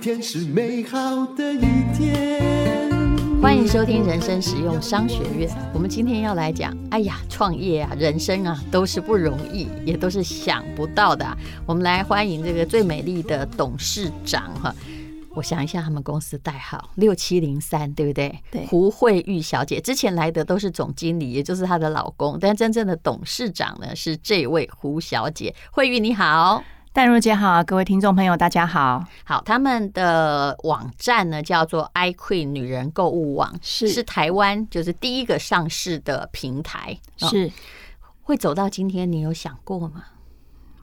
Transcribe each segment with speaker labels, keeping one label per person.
Speaker 1: 天是美好的一天。
Speaker 2: 欢迎收听人生实用商学院。我们今天要来讲，哎呀，创业啊，人生啊，都是不容易，也都是想不到的啊、我们来欢迎这个最美丽的董事长哈。我想一下，他们公司代号六七零三，对不对？
Speaker 3: 对
Speaker 2: 胡慧玉小姐之前来的都是总经理，也就是她的老公，但真正的董事长呢是这位胡小姐。慧玉你好，
Speaker 3: 淡如姐好，各位听众朋友大家好，
Speaker 2: 好，他们的网站呢叫做 iQueen 女人购物网，
Speaker 3: 是
Speaker 2: 是台湾就是第一个上市的平台，哦
Speaker 3: 是、
Speaker 2: 会走到今天，你有想过吗？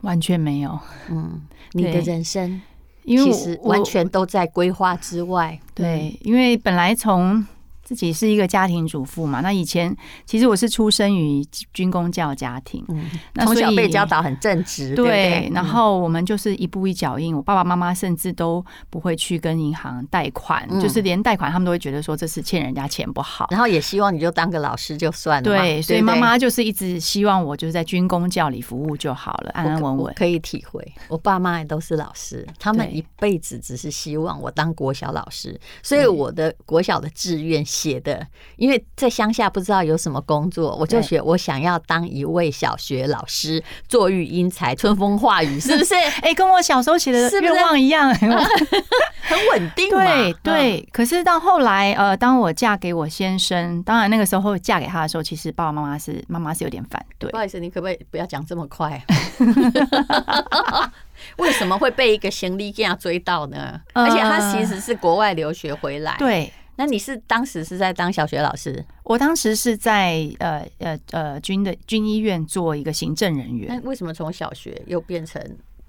Speaker 3: 完全没有，
Speaker 2: 嗯，你的
Speaker 3: 对
Speaker 2: 人生
Speaker 3: 因
Speaker 2: 其
Speaker 3: 为我
Speaker 2: 实完全都在规划之外，嗯
Speaker 3: 对，因为本来从自己是一个家庭主妇嘛，那以前其实我是出生于军工教家庭，
Speaker 2: 嗯，
Speaker 3: 那
Speaker 2: 从小
Speaker 3: 所以
Speaker 2: 被教导很正直，对不对，
Speaker 3: 然后我们就是一步一脚印。我爸爸妈妈甚至都不会去跟银行贷款，
Speaker 2: 嗯
Speaker 3: 就是连贷款他们都会觉得说这是欠人家钱不好。
Speaker 2: 然后也希望你就当个老师就算了嘛，
Speaker 3: 对，所以
Speaker 2: 不
Speaker 3: 妈妈就是一直希望我就是在军工教里服务就好了，安安稳
Speaker 2: 我
Speaker 3: 稳。
Speaker 2: 可以体会，我爸妈也都是老师，他们
Speaker 3: 对
Speaker 2: 一辈子只是希望我当国小老师，所以我的国小的志愿写的，因为在乡下不知道有什么工作，我就
Speaker 3: 对
Speaker 2: 写我想要当一位小学老师，作育英才，春风化雨，是不是
Speaker 3: 哎、跟我小时候写的
Speaker 2: 是不是
Speaker 3: 愿望一 样，
Speaker 2: 很稳定嘛？
Speaker 3: 对
Speaker 2: 嗯
Speaker 3: 对、可是到后来，呃，当我嫁给我先生，当然那个时候嫁给他的时候，其实爸爸妈妈是妈妈是有点反对
Speaker 2: 不。好意思，你可不可以不要讲这么快？为什么会被一个行李架追到呢？
Speaker 3: 呃
Speaker 2: 而且他其实是国外留学回来。，
Speaker 3: 对，
Speaker 2: 那你是当时是在当小学老师？
Speaker 3: 我当时是在呃呃呃军的军医院做一个行政人员
Speaker 2: 那。为什么从小学又变成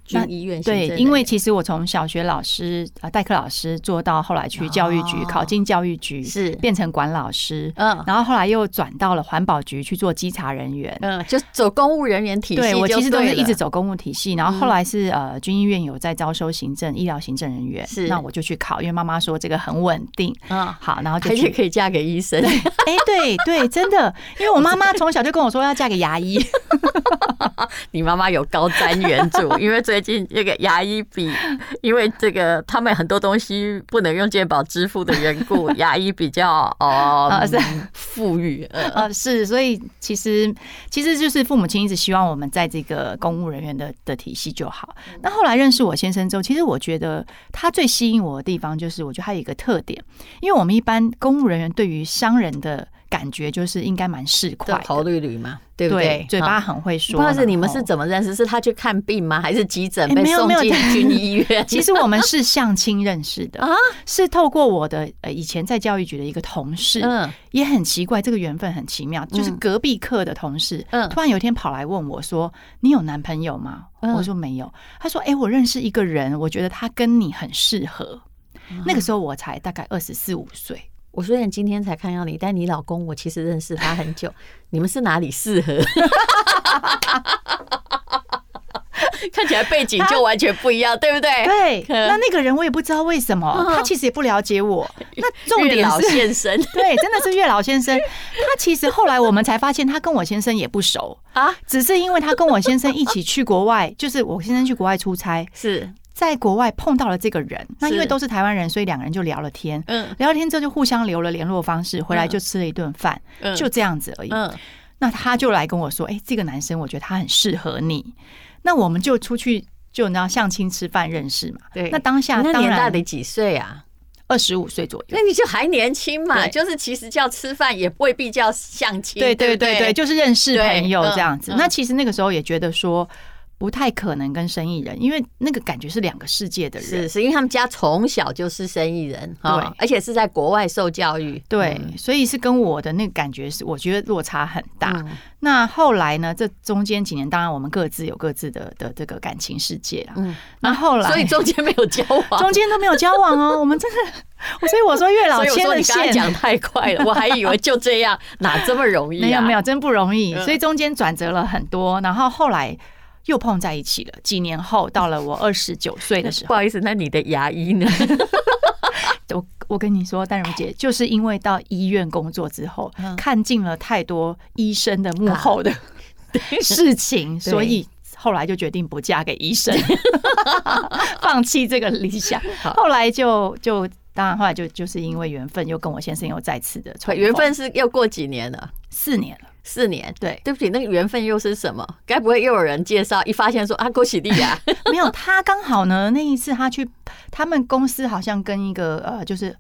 Speaker 2: 军医院行政
Speaker 3: 对
Speaker 2: 人，员？
Speaker 3: 因为其实我从小学老师、呃代课老师做到后来去教育局，
Speaker 2: 哦
Speaker 3: 考进教育局，
Speaker 2: 是
Speaker 3: 变成管老师，
Speaker 2: 嗯
Speaker 3: 然后后来又转到了环保局去做稽查人员。
Speaker 2: 嗯，就走公务人员体系
Speaker 3: 对
Speaker 2: 就
Speaker 3: 我其实都是一直
Speaker 2: 了嗯
Speaker 3: 走公务体系，然后后来是呃军医院有在招收行政医疗行政人员，
Speaker 2: 是
Speaker 3: 那我就去考，因为妈妈说这个很稳定。
Speaker 2: 嗯，
Speaker 3: 好，然后就
Speaker 2: 还是
Speaker 3: 去。
Speaker 2: 可以嫁给医生。
Speaker 3: 哎、对对，真的，因为我妈妈从小就跟我说要嫁给 牙医，
Speaker 2: 你妈妈有高瞻远 瞩，因为最近这个牙医比，因为这个他们很多东西不能用健保支付的缘 故，牙医比较哦、
Speaker 3: 啊是
Speaker 2: 嗯富裕。呃
Speaker 3: 呃，是，所以其实其实就是父母亲一直希望我们在这个公务人员的的体系就好。
Speaker 2: 嗯
Speaker 3: 那后来认识我先生之后，其实我觉得他最吸引我的地方就是，我觉得他有一个特点，因为我们一般公务人员对于商人的感觉就是应该蛮市侩
Speaker 2: 这
Speaker 3: 的，
Speaker 2: 头绿绿嘛，对不对？
Speaker 3: 嘴
Speaker 2: 啊
Speaker 3: 巴很会说。
Speaker 2: 不知道是你们
Speaker 3: 然后
Speaker 2: 是怎么认识？是他去看病吗？还是急诊
Speaker 3: 哎
Speaker 2: 被
Speaker 3: 没有
Speaker 2: 送
Speaker 3: 没有
Speaker 2: 进军医院？
Speaker 3: 其实我们是相亲认识的
Speaker 2: 啊
Speaker 3: 是透过我的呃以前在教育局的一个同事，
Speaker 2: 嗯，
Speaker 3: 也很奇怪，这个缘分很奇妙，就是
Speaker 2: 嗯
Speaker 3: 隔壁课的同事，
Speaker 2: 嗯
Speaker 3: 突然有一天跑来问我说：“你有男朋友吗？”
Speaker 2: 嗯
Speaker 3: 我说没有。他说：“哎、我认识一个人，我觉得他跟你很适合。
Speaker 2: 嗯
Speaker 3: 那个时候我才大概二十四五岁，
Speaker 2: 我虽然今天才看到你，但你老公我其实认识他很久。你们是哪里适合？ 看起来背景就完全不一样，对不对？
Speaker 3: 对，
Speaker 2: 哎可
Speaker 3: 那那个人我也不知道为什么，
Speaker 2: 嗯
Speaker 3: 他其实也不了 解我。那重
Speaker 2: 月
Speaker 3: 点
Speaker 2: 老
Speaker 3: 是，
Speaker 2: 先生
Speaker 3: 对，真的是月老先生。他其实后来我们才发现，他跟我先生也不熟，
Speaker 2: 啊，
Speaker 3: 只是因为他跟我先生一起去国外，就是我先生去国外出差，
Speaker 2: 是
Speaker 3: 在国外碰到了这个人。那因为
Speaker 2: 是
Speaker 3: 都是台湾人，所以两个人就聊了天。
Speaker 2: 嗯
Speaker 3: 聊了天之后就互相留了联络方式，回来就吃了一顿饭，
Speaker 2: 嗯
Speaker 3: 就这样子而已。
Speaker 2: 嗯
Speaker 3: 那他就来跟我说：“哎、这个男生我觉得他很适合你。”那我们就出去就你知道相亲吃饭认识嘛。
Speaker 2: 对
Speaker 3: 那当下
Speaker 2: 那
Speaker 3: 当
Speaker 2: 年大
Speaker 3: 然
Speaker 2: 你几岁啊？
Speaker 3: 二十五岁左右
Speaker 2: 那。你就还年轻嘛，
Speaker 3: 对
Speaker 2: 就是其实叫吃饭也未必叫相亲，
Speaker 3: 对
Speaker 2: 对
Speaker 3: 对
Speaker 2: 不
Speaker 3: 对对，就是认识朋友这样子。
Speaker 2: 对嗯嗯
Speaker 3: 那其实那个时候也觉得说不太可能跟生意人，因为那个感觉是两个世界的人。
Speaker 2: 是是因为他们家从小就是生意人哈，
Speaker 3: 对
Speaker 2: 而且是在国外受教育，
Speaker 3: 对
Speaker 2: 嗯，
Speaker 3: 所以是跟我的那个感觉是，我觉得落差很大。
Speaker 2: 嗯
Speaker 3: 那后来呢？这中间几年，当然我们各自有各自的的这个感情世界啊。
Speaker 2: 嗯
Speaker 3: 那后来，
Speaker 2: 所以中间没有交 往，
Speaker 3: 中间都没有交往哦。我们真的，我所以我说月老
Speaker 2: 所以我
Speaker 3: 牵
Speaker 2: 说
Speaker 3: 了
Speaker 2: 你刚才
Speaker 3: 线，
Speaker 2: 讲太快了，我还以为就这样，哪这么容易、啊？
Speaker 3: 没有没，有，真不容易。
Speaker 2: 嗯
Speaker 3: 所以中间转折了很多，然后后来又碰在一起了。几年后，到了我二十九岁的时
Speaker 2: 不
Speaker 3: 候，
Speaker 2: 好意思，那你的牙医 呢？
Speaker 3: 我我跟你说，淡如姐，就是因为到医院工作之后，
Speaker 2: 嗯啊
Speaker 3: 看尽了太多医生的幕后的事情，所以后来就决定不嫁给 医生， 放弃这个理想。
Speaker 2: 好
Speaker 3: 后来就就当然后来就就是因为缘分，又跟我先生又再次的重逢
Speaker 2: 缘分是要过几年了？
Speaker 3: 四年了，
Speaker 2: 四年。
Speaker 3: 对，
Speaker 2: 对不起，那个缘分又是什么？该不会又有人介绍？一发现说啊，恭喜你 啊！
Speaker 3: 没有他刚好呢那一次他去他们公司好像跟一个呃就是。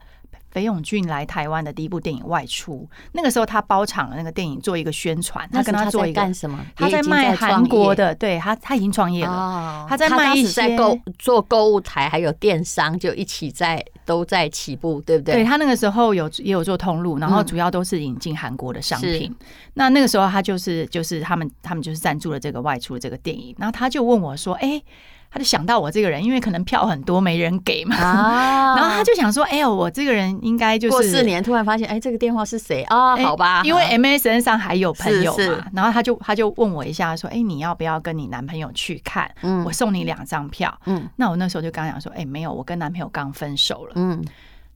Speaker 3: 裴勇俊来台湾的第一部电影外出，那个时候他包场了那个电影做一个宣传，他跟他做一个
Speaker 2: 干什么？
Speaker 3: 他
Speaker 2: 也已
Speaker 3: 在
Speaker 2: 经
Speaker 3: 卖韩国
Speaker 2: 创业
Speaker 3: 的，对他他已经创业了，
Speaker 2: 哦
Speaker 3: 他在卖
Speaker 2: 当
Speaker 3: 一
Speaker 2: 时在
Speaker 3: 些
Speaker 2: 购做购物台，还有电商，就一起在都在起步，对不对？
Speaker 3: 对他那个时候有也有做通路，然后
Speaker 2: 嗯
Speaker 3: 主要都是引进韩国的商
Speaker 2: 是
Speaker 3: 品。那那个时候他就是就是他们他们就是赞助了这个外出的这个电影，然后他就问我说：“哎、他就想到我这个人，因为可能票很多没人给嘛。
Speaker 2: 啊
Speaker 3: 然后他就想说：“哎、呦，我这个人应该就是
Speaker 2: 过四年，突然发现，哎，这个电话是谁啊？
Speaker 3: 哎
Speaker 2: 好吧，
Speaker 3: 因为
Speaker 2: 好
Speaker 3: MSN 上还有朋友嘛，
Speaker 2: 是是
Speaker 3: 然后他就他就问我一下，说：“哎、你要不要跟你男朋友去看？
Speaker 2: 嗯
Speaker 3: 我送你两张票。”
Speaker 2: 嗯
Speaker 3: 那我那时候就跟他讲说：“哎、没有，我跟男朋友刚分手了。
Speaker 2: 嗯，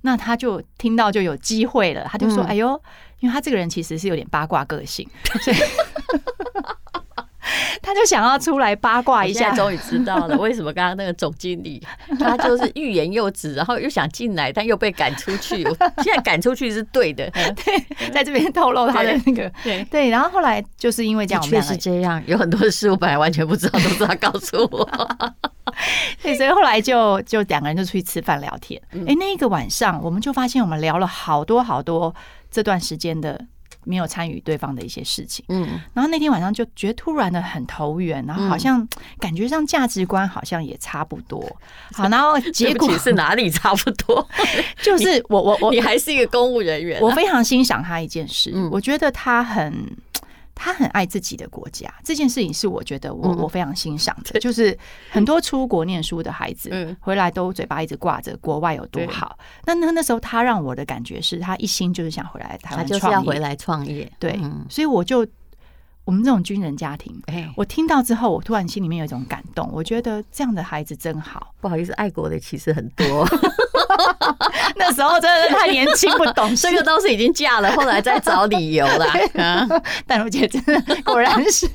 Speaker 3: 那他就听到就有机会了，他就说：“
Speaker 2: 嗯
Speaker 3: 哎呦，因为他这个人其实是有点八卦个性， 所以他就想要出来八卦一
Speaker 2: 一下
Speaker 3: 下。”
Speaker 2: 终于知道了为什么刚刚那个总经 理他就是欲言又止，然后又想进来，但又被赶出去。我现在赶出去是对的，
Speaker 3: 在这边透露他的那个
Speaker 2: 对
Speaker 3: 对，然后后来就是因为这
Speaker 2: 的
Speaker 3: 样，我们
Speaker 2: 确
Speaker 3: 两
Speaker 2: 是
Speaker 3: 个
Speaker 2: 这样。有很多事我本来完全不知道，都是他告诉我。
Speaker 3: 对，所以后来就就两个人就出去吃饭聊天。
Speaker 2: 嗯
Speaker 3: 哎、那一个晚上我们就发现我们聊了好多好多这段时间的没有参与对方的一些事情。
Speaker 2: 嗯，
Speaker 3: 然后那天晚上就觉得突然的很投缘，然后好像感觉上价值观好像也差不多。好，然后结
Speaker 2: 对不
Speaker 3: 果
Speaker 2: 起是哪里差不 多？
Speaker 3: 就是我我我
Speaker 2: 你还是一个公务人员啊，
Speaker 3: 我非常欣赏他一件事
Speaker 2: 嗯，
Speaker 3: 我觉得他很。他很爱自己的国家，这件事情是我觉得我、
Speaker 2: 嗯
Speaker 3: 我非常欣赏的，就是很多出国念书的孩子、
Speaker 2: 嗯
Speaker 3: 回来都嘴巴一直挂着国外有多
Speaker 2: 对
Speaker 3: 好。那那那时候他让我的感觉是他一心就是想回来台
Speaker 2: 他
Speaker 3: 湾
Speaker 2: 就是要
Speaker 3: 创
Speaker 2: 回
Speaker 3: 业，
Speaker 2: 来创业。
Speaker 3: 对，
Speaker 2: 嗯
Speaker 3: 所以我就我们这种军人家庭，
Speaker 2: 哎，
Speaker 3: 我听到之后，我突然心里面有一种感动，我觉得这样的孩子真 好。
Speaker 2: 不好意思，爱国的其实很多，
Speaker 3: 那时候真的是太年轻不懂事
Speaker 2: 这个都是已经嫁了，后来再找理由 啦。 啊
Speaker 3: 淡如姐真的 果然 是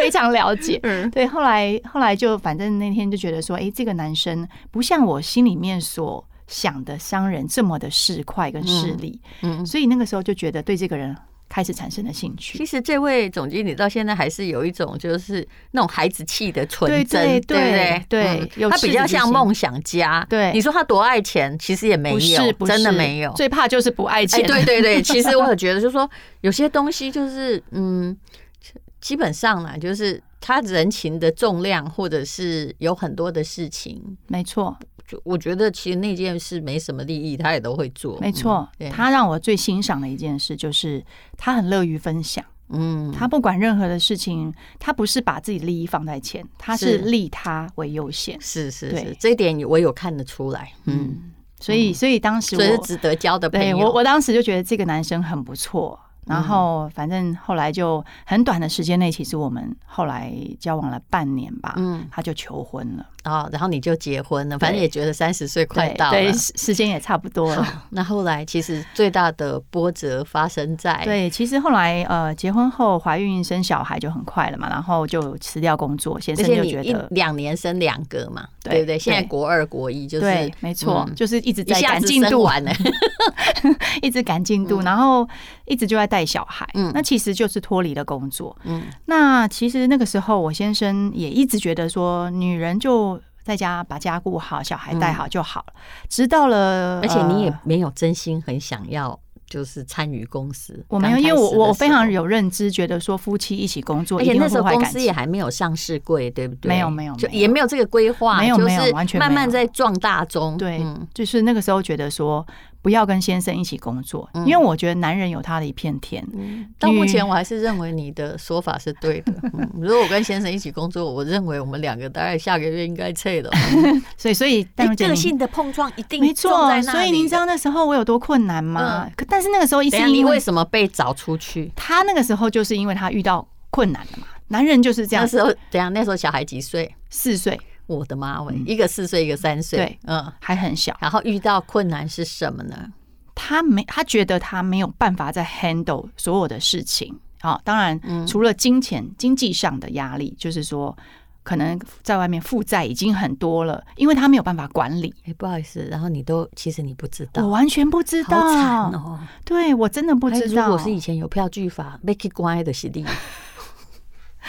Speaker 3: 非常了解。
Speaker 2: 嗯
Speaker 3: 对，后来后来就反正那天就觉得说，诶，这个男生不像我心里面所想的商人这么的市侩跟势利，
Speaker 2: 嗯，
Speaker 3: 所以那个时候就觉得对这个人开始产生了兴趣
Speaker 2: 其。实这位总经理到现在还是有一种就是那种孩子气的纯真，
Speaker 3: 对对
Speaker 2: 不对？
Speaker 3: 对
Speaker 2: 嗯
Speaker 3: 有
Speaker 2: 他
Speaker 3: 赤
Speaker 2: 比较
Speaker 3: 子之
Speaker 2: 像
Speaker 3: 心
Speaker 2: 梦想家。
Speaker 3: 对
Speaker 2: 你说他多爱钱，其实也没
Speaker 3: 不是
Speaker 2: 有，，
Speaker 3: 不
Speaker 2: 真的
Speaker 3: 是
Speaker 2: 没有。
Speaker 3: 最怕就是不爱
Speaker 2: 哎，
Speaker 3: 钱。
Speaker 2: 对对对，其实我有觉得，就是说有些东西就是嗯，基本上啦，就是他人情的重量，或者是有很多的事情，
Speaker 3: 没错，
Speaker 2: 就我觉得其实那件事没什么利益，他也都会做。
Speaker 3: 没错
Speaker 2: 嗯对。
Speaker 3: 他让我最欣赏的一件事就是他很乐于分享，
Speaker 2: 嗯，
Speaker 3: 他不管任何的事情，他不是把自己利益放在前，他
Speaker 2: 是
Speaker 3: 是利他为优先。
Speaker 2: 是是是
Speaker 3: 对，
Speaker 2: 这一点我有看得出来，嗯，
Speaker 3: 嗯，所以所以当时
Speaker 2: 所以是
Speaker 3: 我
Speaker 2: 值得交的朋
Speaker 3: 对
Speaker 2: 友。嗯
Speaker 3: 我我当时就觉得这个男生很不错。然后，反正后来就很短的时间内，其实我们后来交往了半年吧，
Speaker 2: 嗯
Speaker 3: 他就求婚了，
Speaker 2: 啊、然后你就结婚了，反正
Speaker 3: 对
Speaker 2: 也觉得三十岁快
Speaker 3: 对
Speaker 2: 到了哦
Speaker 3: 对，。时时间也差不多了。
Speaker 2: 那后来其实最大的波折发生在
Speaker 3: 对，其实后来呃，结婚后怀孕生小孩就很快了嘛，然后就辞掉工作，先
Speaker 2: 而
Speaker 3: 生
Speaker 2: 且
Speaker 3: 就
Speaker 2: 你
Speaker 3: 觉
Speaker 2: 一
Speaker 3: 得
Speaker 2: 两年生两个嘛，
Speaker 3: 对
Speaker 2: 对不对？现在
Speaker 3: 对
Speaker 2: 国二国一就是
Speaker 3: 对，没错，
Speaker 2: 嗯
Speaker 3: 就是一直
Speaker 2: 一
Speaker 3: 在
Speaker 2: 下
Speaker 3: 赶
Speaker 2: 子
Speaker 3: 进
Speaker 2: 生
Speaker 3: 度，
Speaker 2: 完了，
Speaker 3: 一直赶进度，然后一直就在带小孩，
Speaker 2: 嗯
Speaker 3: 那其实就是脱离了工作，
Speaker 2: 嗯，
Speaker 3: 那其实那个时候，我先生也一直觉得说，女人就在家把家顾好，小孩带好就好了。直到了，
Speaker 2: 嗯而且你也
Speaker 3: 呃
Speaker 2: 没有真心很想要，就是参与公司。
Speaker 3: 我没有，
Speaker 2: 刚开始
Speaker 3: 因为我我我非常
Speaker 2: 的时
Speaker 3: 有认知，觉得说夫妻一起工
Speaker 2: 候，
Speaker 3: 作
Speaker 2: 而
Speaker 3: 一
Speaker 2: 且
Speaker 3: 定
Speaker 2: 那
Speaker 3: 会
Speaker 2: 时候
Speaker 3: 破坏
Speaker 2: 公
Speaker 3: 感
Speaker 2: 司也
Speaker 3: 情。
Speaker 2: 还没有上市柜，对不对？
Speaker 3: 没有没有
Speaker 2: 就
Speaker 3: 没有
Speaker 2: 也没有这个规划，
Speaker 3: 没有
Speaker 2: 就
Speaker 3: 没有
Speaker 2: 是
Speaker 3: 完全
Speaker 2: 慢
Speaker 3: 没
Speaker 2: 慢
Speaker 3: 有
Speaker 2: 在壮大中。
Speaker 3: 对
Speaker 2: 嗯，
Speaker 3: 就是那个时候觉得说，不要跟先生一起工作，
Speaker 2: 嗯
Speaker 3: 因为我觉得男人有他的一片天。
Speaker 2: 到目
Speaker 3: 女
Speaker 2: 前我还是认为你的说法是对的。嗯、如果我跟先生一起工作，我认为我们两个大概下个月应该撤了。
Speaker 3: 所以，所以 但是
Speaker 2: 个性的碰撞一定
Speaker 3: 没
Speaker 2: 撞
Speaker 3: 错
Speaker 2: 在，那
Speaker 3: 所以您
Speaker 2: 里
Speaker 3: 知道那时候我有多困难吗？
Speaker 2: 嗯
Speaker 3: 可但是那个时候，一
Speaker 2: 等一下
Speaker 3: 是
Speaker 2: 你
Speaker 3: 因
Speaker 2: 为
Speaker 3: 为
Speaker 2: 什么被找出去？
Speaker 3: 他那个时候就是因为他遇到困难了嘛，男人就是这
Speaker 2: 那
Speaker 3: 样，
Speaker 2: 时候，等一下那时候小孩几岁？
Speaker 3: 四岁
Speaker 2: 我的妈喂，一个四岁，一个三岁。
Speaker 3: 嗯对
Speaker 2: 嗯。
Speaker 3: 还很小。
Speaker 2: 然后遇到困难是什么呢？
Speaker 3: 他没，他觉得他没有办法再 handle
Speaker 2: 嗯
Speaker 3: 所有的事情啊。当然，除了金钱、经济上的压力，就是说可能在外面负债已经很多了，因为他没有办法管理。
Speaker 2: 哎，不好意思，然后你都其实你不知道，
Speaker 3: 我完全不知道，
Speaker 2: 好惨哦。
Speaker 3: 对我真的不知
Speaker 2: 哎
Speaker 3: 道。
Speaker 2: 如果是以前有票据法，make it 乖的是 你，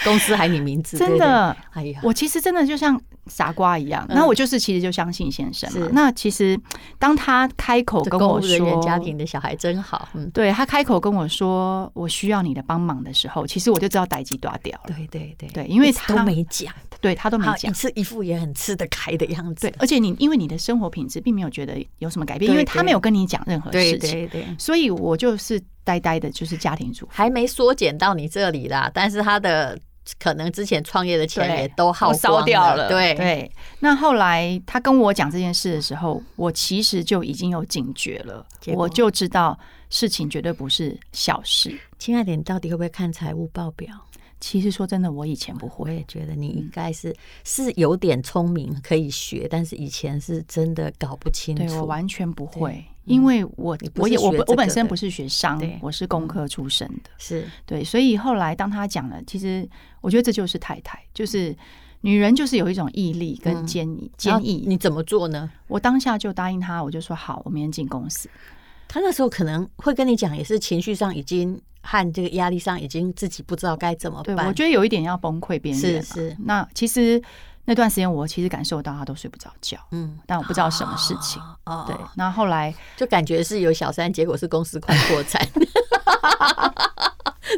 Speaker 2: 公司还你名字，
Speaker 3: 真
Speaker 2: 对不对
Speaker 3: 的，
Speaker 2: 哎呀，
Speaker 3: 我其实真的就像傻瓜一样，
Speaker 2: 嗯
Speaker 3: 那我就是其实就相信先生嘛
Speaker 2: 是。
Speaker 3: 那其实当他开口
Speaker 2: 这
Speaker 3: 跟
Speaker 2: 公务
Speaker 3: 我
Speaker 2: 人员
Speaker 3: 说，
Speaker 2: 家庭的小孩真好，嗯，
Speaker 3: 对他开口跟我说我需要你的帮忙的时候，其实我就知道逮鸡抓掉了。
Speaker 2: 对对对
Speaker 3: 对，因为
Speaker 2: 一直
Speaker 3: 他
Speaker 2: 都没讲，
Speaker 3: 对他都没
Speaker 2: 好，
Speaker 3: 讲
Speaker 2: 你。是一副也很吃得开的样子
Speaker 3: 对，，而且你因为你的生活品质并没有觉得有什么改变，因为
Speaker 2: 对对
Speaker 3: 他没有跟你讲任
Speaker 2: 呃
Speaker 3: 何事情，
Speaker 2: 对对，
Speaker 3: 所以我就是呆呆的，就是家庭主妇。
Speaker 2: 还没缩减到你这里啦，但是他的可能之前创业的钱
Speaker 3: 对
Speaker 2: 也都耗
Speaker 3: 我烧
Speaker 2: 光
Speaker 3: 掉了。
Speaker 2: 对
Speaker 3: 对，那后来他跟我讲这件事的时候，我其实就已经有警觉了，
Speaker 2: 结果
Speaker 3: 我就知道事情绝对不是小事。
Speaker 2: 亲爱的，你到底会不会看财务报表？
Speaker 3: 其实说真的，我以前不
Speaker 2: 我
Speaker 3: 会，
Speaker 2: 也觉得你应该是、是有点聪明可以学，但是以前是真的搞不清
Speaker 3: 对我
Speaker 2: 楚。
Speaker 3: 完全不
Speaker 2: 对
Speaker 3: 会，因为我
Speaker 2: 你不
Speaker 3: 我
Speaker 2: 是
Speaker 3: 也我
Speaker 2: 学
Speaker 3: 不
Speaker 2: 这个
Speaker 3: 我本身
Speaker 2: 的
Speaker 3: 不是学商
Speaker 2: 对，
Speaker 3: 我是工科出身的，
Speaker 2: 是
Speaker 3: 对，所以后来当他讲了，其实我觉得这就是太太，就是女人就是有一种毅力跟
Speaker 2: 嗯
Speaker 3: 坚毅
Speaker 2: 然
Speaker 3: 坚
Speaker 2: 后
Speaker 3: 毅。
Speaker 2: 你怎么做呢？
Speaker 3: 我当下就答应他，我就说好，我明天进公司。
Speaker 2: 他那时候可能会跟你讲，也是情绪上已经和这个压力上已经自己不知道该怎么
Speaker 3: 对，
Speaker 2: 办。
Speaker 3: 我觉得有一点要崩溃边缘了。啊
Speaker 2: 是是
Speaker 3: 那其实那段时间我其实感受到他都睡不着觉，
Speaker 2: 嗯，
Speaker 3: 但我不知道什么事情。
Speaker 2: 哦，
Speaker 3: 对，那后来
Speaker 2: 就感觉是有小三，结果是公司快破 产。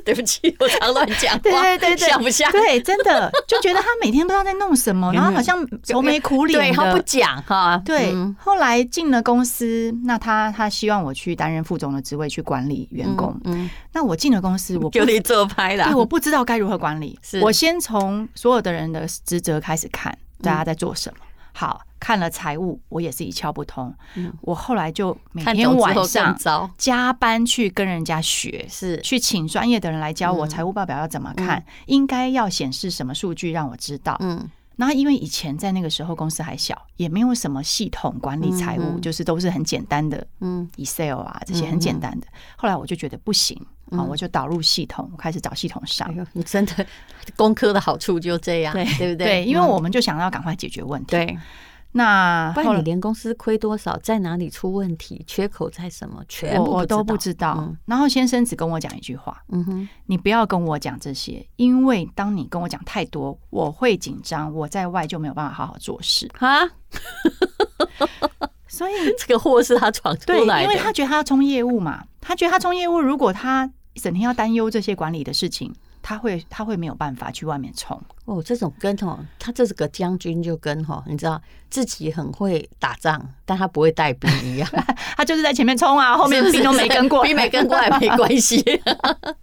Speaker 2: 对不起，我常乱讲话，
Speaker 3: 对对对对
Speaker 2: 像不像？
Speaker 3: 对，真 的就觉得他每天不知道在弄什么，然后好像愁眉苦
Speaker 2: 对
Speaker 3: 脸
Speaker 2: 他不
Speaker 3: 的。
Speaker 2: 讲哈，
Speaker 3: 对
Speaker 2: 嗯，
Speaker 3: 后来进了公司，那他他希望我去担任副总的职位，去管理员工。
Speaker 2: 嗯，
Speaker 3: 那我进了公司，我不
Speaker 2: 就你做拍啦
Speaker 3: 对，。哎我不知道该如何管理
Speaker 2: 是。
Speaker 3: 我先从所有的人的职责开始看，
Speaker 2: 嗯
Speaker 3: 大家在做什么。好看了财务，我也是一窍不通。
Speaker 2: 嗯
Speaker 3: 我后来就每
Speaker 2: 看
Speaker 3: 天
Speaker 2: 懂之
Speaker 3: 晚
Speaker 2: 后更
Speaker 3: 上
Speaker 2: 糟，
Speaker 3: 加班去跟人家学，
Speaker 2: 是
Speaker 3: 去请专业的人来教我
Speaker 2: 嗯
Speaker 3: 财务报表要怎么看，应该要显示什么数据让我知道。
Speaker 2: 嗯，
Speaker 3: 那因为以前在那个时候公司还小，也没有什么系统管理财
Speaker 2: 嗯
Speaker 3: 务，
Speaker 2: 嗯
Speaker 3: 就是都是很简单的
Speaker 2: 嗯
Speaker 3: Excel 啊这
Speaker 2: 嗯
Speaker 3: 些
Speaker 2: 嗯嗯
Speaker 3: 很简单的。后来我就觉得不行啊，我就导入系统，我开始找系统上
Speaker 2: 哎。呦，你真的 工科的好处就这样，
Speaker 3: 对
Speaker 2: 对不
Speaker 3: 对，
Speaker 2: 对，嗯
Speaker 3: 因为我们就想要赶快解决问题。，
Speaker 2: 对，
Speaker 3: 那
Speaker 2: 不
Speaker 3: 后
Speaker 2: 然你
Speaker 3: 来
Speaker 2: 连公司亏多少，在哪里出问题，缺口在什么，全
Speaker 3: 我
Speaker 2: 部
Speaker 3: 我都不
Speaker 2: 知
Speaker 3: 知道
Speaker 2: 嗯。
Speaker 3: 然后先生只跟我讲一句话
Speaker 2: 道。嗯哼，：“
Speaker 3: 你不要跟我讲这些，因为当你跟我讲太多，我会紧张，我在外就没有办法好好做事。
Speaker 2: 啊，”
Speaker 3: 所以
Speaker 2: 这个祸是他闯出
Speaker 3: 对，
Speaker 2: 来的，
Speaker 3: 因为他觉得他要冲业务嘛，他觉得他冲业务，如果他整天要担忧这些管理的事情，他会他会没有办法去外面冲。
Speaker 2: 哦，这种跟哦，他这是个将军就跟哦，你知道自己很会打仗，但他不会带兵一样，
Speaker 3: 他就是在前面冲啊，后面兵都没跟过 来，
Speaker 2: 兵没跟过来没关 系。嗯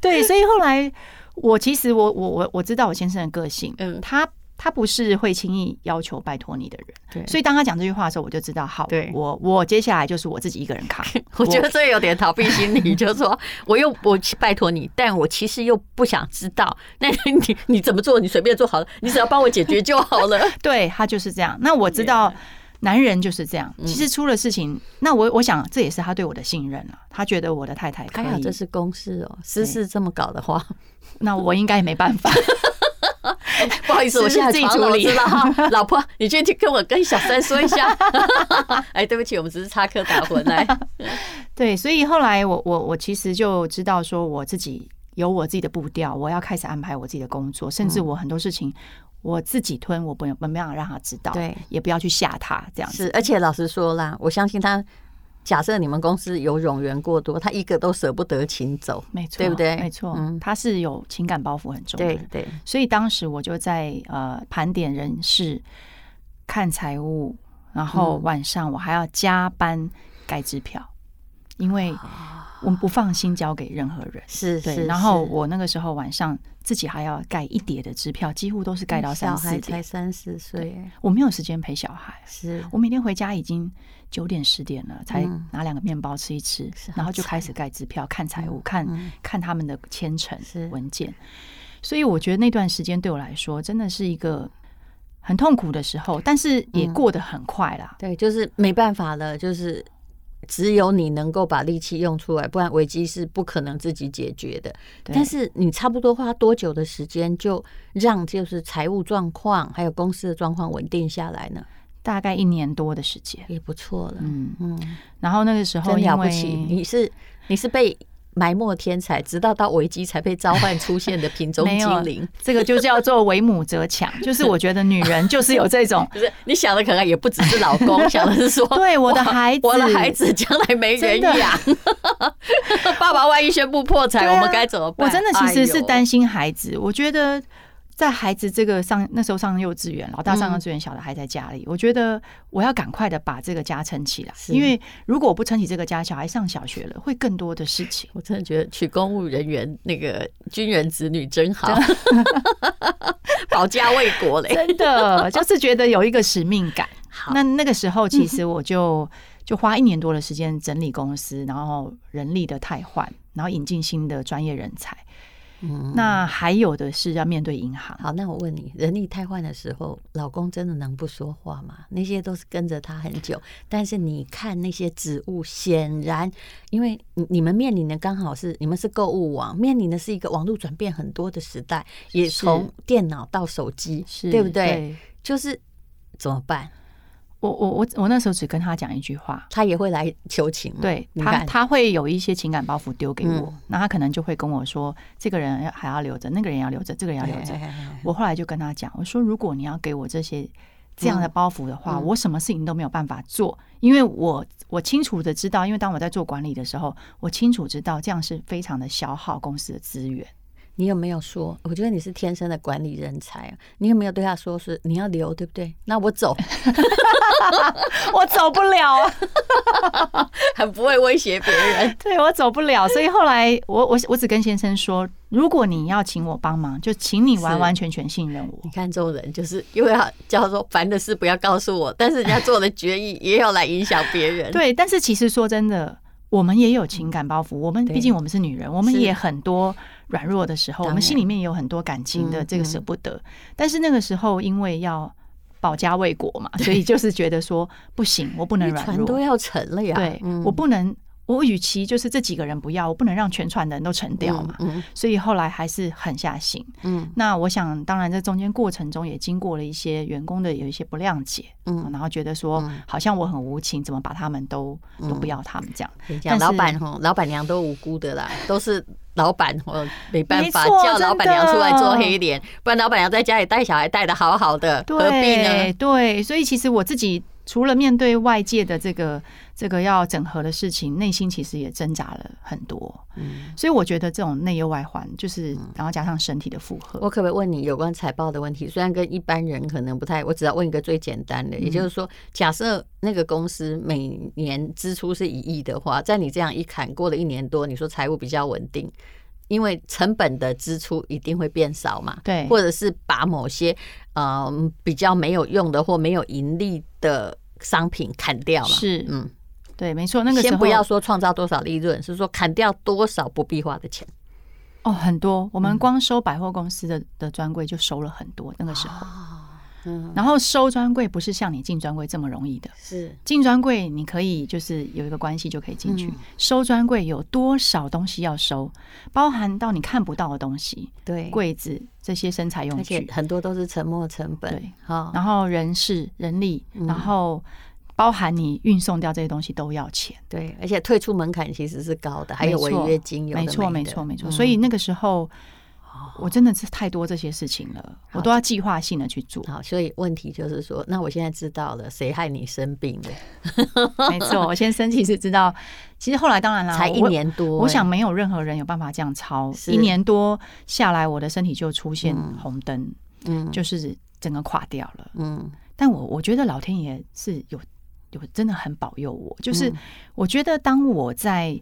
Speaker 3: 对，所以后来我其实我我我我知道我先生的个性，
Speaker 2: 嗯
Speaker 3: 他他不是会轻易要求拜托你的人，
Speaker 2: 对
Speaker 3: 所以当他讲这句话的时候，我就知道，好，
Speaker 2: 对。
Speaker 3: 我我接下来就是我自己一个人扛
Speaker 2: 我觉得这有点逃避心 理，就是说我又我拜托你，但我其实又不想知道。那你你怎么做，你随便做好了，你只要帮我解决就好了。
Speaker 3: 对他就是这样。那我知道。男人就是
Speaker 2: 嗯
Speaker 3: 这样，其实出了事情，那我我想这也是他对我的信任了、啊他觉得我的太太可
Speaker 2: 还好哎
Speaker 3: 以，
Speaker 2: 这是公事哦，私事这么搞的话，
Speaker 3: 那我应该也没办法。
Speaker 2: 不好意思，
Speaker 3: 私
Speaker 2: 我
Speaker 3: 事
Speaker 2: 现在
Speaker 3: 自己
Speaker 2: 床了，
Speaker 3: 处
Speaker 2: 我
Speaker 3: 理
Speaker 2: 知道 哈。老婆，你去去跟我跟小三说一下。 哎，对不起，我们只是插科打诨来。
Speaker 3: 对，所以后来我我我其实就知道说我自己有我自己的步调，我要开始安排我自己的工作，甚
Speaker 2: 嗯
Speaker 3: 至我很多事情我自己吞，我不我没办法让他知道，
Speaker 2: 对，
Speaker 3: 也不要去吓他这样 子。
Speaker 2: 是，而且老实说啦，我相信他。假设你们公司有冗员过多，他一个都舍不得请走。
Speaker 3: 没错，
Speaker 2: 对不对
Speaker 3: 没错，
Speaker 2: 嗯
Speaker 3: 他是有情感包袱很重的
Speaker 2: 对
Speaker 3: 人，
Speaker 2: 对，
Speaker 3: 所以当时我就在呃盘点人事、看财务，然后
Speaker 2: 嗯
Speaker 3: 晚上我还要加班盖支票，因为
Speaker 2: 啊
Speaker 3: 我们不放心交给任何人。
Speaker 2: 是是。
Speaker 3: 对，然后
Speaker 2: 是
Speaker 3: 我那个时候晚上自己还要盖一叠的支票，几乎都是盖到
Speaker 2: 嗯小孩
Speaker 3: 三四
Speaker 2: 才
Speaker 3: 点，
Speaker 2: 三四岁，
Speaker 3: 我没有时间陪小孩。
Speaker 2: 是
Speaker 3: 我每天回家已经九点十点了，才
Speaker 2: 嗯
Speaker 3: 拿两个面包吃一吃，
Speaker 2: 是好
Speaker 3: 然后就开始盖支票、看财务、看、
Speaker 2: 嗯
Speaker 3: 看他们的签呈
Speaker 2: 是
Speaker 3: 文件。所以我觉得那段时间对我来说真的是一个很痛苦的时候，但是也
Speaker 2: 嗯
Speaker 3: 过得很快啦。
Speaker 2: 对，就是没办法了，就是只有你能够把力气用出来，不然危机是不可能自己解决的。
Speaker 3: 对
Speaker 2: 但是你差不多花多久的时间，就让就是财务状况还有公司的状况稳定下来呢？
Speaker 3: 大概一年多的时间。
Speaker 2: 也不错了。
Speaker 3: 嗯，
Speaker 2: 嗯，
Speaker 3: 然后那个时候
Speaker 2: 真
Speaker 3: 因
Speaker 2: 了不
Speaker 3: 为
Speaker 2: 起！你是你是被埋没天才，直到到危机才被召唤出现的 品种
Speaker 3: 没有
Speaker 2: 精灵。。
Speaker 3: 这个就叫做为母则强，就是我觉得女人就是有这种
Speaker 2: 不是你想的可能也不只是老公， 想的是说
Speaker 3: 对我 的
Speaker 2: 哇
Speaker 3: 孩子
Speaker 2: 我的孩子将来没人
Speaker 3: 真的
Speaker 2: 养， 爸爸万一宣布破产，
Speaker 3: 对啊
Speaker 2: 我们该怎么办？哎
Speaker 3: 我真的其实是担
Speaker 2: 心，
Speaker 3: 心孩子，我觉得在孩子这个上那时候上幼稚园，老大
Speaker 2: 嗯
Speaker 3: 上幼稚园，小的还在家里，我觉得我要赶快的把这个家撑起来，
Speaker 2: 是
Speaker 3: 因为如果我不撑起这个家，小孩上小学了，会更多的事情。
Speaker 2: 我真的觉得娶公务人员那个军人子女真好，
Speaker 3: 啊
Speaker 2: 保家卫国嘞。
Speaker 3: 真的就是觉得有一个使命感。
Speaker 2: 好嗯
Speaker 3: 那那个时候其实我就就花一年多的时间整理公司，然后人力的汰换，然后引进新的专业人才。
Speaker 2: 嗯
Speaker 3: 那还有的是要面对银行，
Speaker 2: 好，那我问你，人力太换的时候，老公真的能不说话吗？那些都是跟着他很久，但是你看那些职务，显然因为你你们面临的刚好是你们是购物网，面临的是一个网络转变很多的时代，也
Speaker 3: 是
Speaker 2: 从电脑到手机，
Speaker 3: 是
Speaker 2: 对不对？？就是怎么办？
Speaker 3: 我我我我那时候只跟他讲一句话，
Speaker 2: 他也会来求情吗？
Speaker 3: 对
Speaker 2: 嗯你
Speaker 3: 他
Speaker 2: 看
Speaker 3: 他会有一些情感包袱丢给我
Speaker 2: 嗯，
Speaker 3: 那他可能就会跟我说，这个人还要留着，那个人也要留着，这个人要留着。
Speaker 2: 哎
Speaker 3: 我后来就跟他讲，我说如果你要给我这些这样的包袱的话，
Speaker 2: 嗯
Speaker 3: 我什么事情都没有办法做，因为我我清楚的知道，因为当我在做管理的时候，我清楚知道这样是非常的消耗公司的资源。
Speaker 2: 你有没有说？我觉得你是天生的管理人才啊！你有没有对他说是你要留，对不对？那我走，
Speaker 3: 我走不了啊，
Speaker 2: 很不会威胁别人。
Speaker 3: 对我走不了，所以后来我我我只跟先生说，如果你要请我帮忙，就请你完完全全信任我
Speaker 2: 你。看这种人，就是又要叫他说烦的事不要告诉我，但是人家做了决议也要来影响别人。，
Speaker 3: 对，但是其实说真的，我们也有情感包袱。我们
Speaker 2: 对
Speaker 3: 毕竟我们是女人，我们
Speaker 2: 是
Speaker 3: 也很多软弱的时候，
Speaker 2: 当
Speaker 3: 我
Speaker 2: 然
Speaker 3: 们心里面也有很多感情的
Speaker 2: 嗯
Speaker 3: 这个舍不得。但是那个时候，因为要保家卫国嘛，所以就是觉得说不行，我不能
Speaker 2: 你
Speaker 3: 软
Speaker 2: 船都
Speaker 3: 弱，
Speaker 2: 要沉了呀。
Speaker 3: 对、
Speaker 2: 嗯
Speaker 3: 我不能。我与其就是这几个人不要，我不能让全船的人都沉掉嘛，
Speaker 2: 嗯
Speaker 3: 所以后来还是狠下心。
Speaker 2: 嗯
Speaker 3: 那我想，当然在中间过程中也经过了一些员工的有一些不谅解，啊
Speaker 2: 嗯嗯
Speaker 3: 然后觉得说好像我很无情，怎么把他们都都不要他们这样？
Speaker 2: 跟你讲，
Speaker 3: 但
Speaker 2: 老
Speaker 3: 是
Speaker 2: 板吼，老板娘都无辜的啦，都是老板哦，没办法
Speaker 3: 没错
Speaker 2: 叫老板娘
Speaker 3: 真的
Speaker 2: 出来做黑脸，不然老板娘在家里带小孩带的好好的，何必
Speaker 3: 对
Speaker 2: 呢？
Speaker 3: 对，所以其实我自己除了面对外界的这个这个要整合的事情，内心其实也挣扎了很多。
Speaker 2: 嗯
Speaker 3: 所以我觉得这种内忧外患，就是然后加上身体的负荷，
Speaker 2: 我可不可以问你有关财报的问题？虽然跟一般人可能不太，我只要问一个最简单的，也就是
Speaker 3: 嗯
Speaker 2: 说，假设那个公司每年支出是一亿的话，在你这样一砍，过了一年多，你说财务比较稳定，因为成本的支出一定会变少嘛，
Speaker 3: 对
Speaker 2: 或者是把某些呃比较没有用的或没有盈利的商品砍掉嘛，
Speaker 3: 是
Speaker 2: 嗯，
Speaker 3: 对，没错。那个时
Speaker 2: 先
Speaker 3: 候
Speaker 2: 不要说创造多少利润，是说砍掉多少不必花的钱。
Speaker 3: 哦，很多我
Speaker 2: 嗯
Speaker 3: 们光收百货公司的的专柜就收了很多那个时
Speaker 2: 啊
Speaker 3: 候。
Speaker 2: 嗯，
Speaker 3: 然后收专柜不是像你进专柜这么容易的，
Speaker 2: 是
Speaker 3: 进专柜你可以就是有一个关系就可以进去，
Speaker 2: 嗯
Speaker 3: 收专柜有多少东西要收，包含到你看不到的东西，
Speaker 2: 对。
Speaker 3: 柜子这些身材用
Speaker 2: 而且
Speaker 3: 具，
Speaker 2: 很多都是沉没成本
Speaker 3: 对，
Speaker 2: 哈、
Speaker 3: 然后人事人力，
Speaker 2: 嗯
Speaker 3: 然后包含你运送掉这些东西都要钱，
Speaker 2: 对，而且退出门槛其实是高的，还有违
Speaker 3: 没错
Speaker 2: 约金有的
Speaker 3: 没错
Speaker 2: 的
Speaker 3: 没错没错，
Speaker 2: 嗯
Speaker 3: 所以那个时候。我真的是太多这些事情了，我都要计划性的去 做。
Speaker 2: 好，所以问题就是说，那我现在知道了，谁害你生病的？
Speaker 3: 没错，我先生其实知道，其实后来当然啦，
Speaker 2: 才一
Speaker 3: 啊我
Speaker 2: 年多、
Speaker 3: 我
Speaker 2: 哎
Speaker 3: 想没有任何人有办法这样操，
Speaker 2: 是
Speaker 3: 一年多下来，我的身体就出现红灯，
Speaker 2: 嗯
Speaker 3: 就是整个垮掉了。
Speaker 2: 嗯，
Speaker 3: 但我我觉得老天爷是有有真的很保佑我，
Speaker 2: 嗯
Speaker 3: 就是我觉得当我在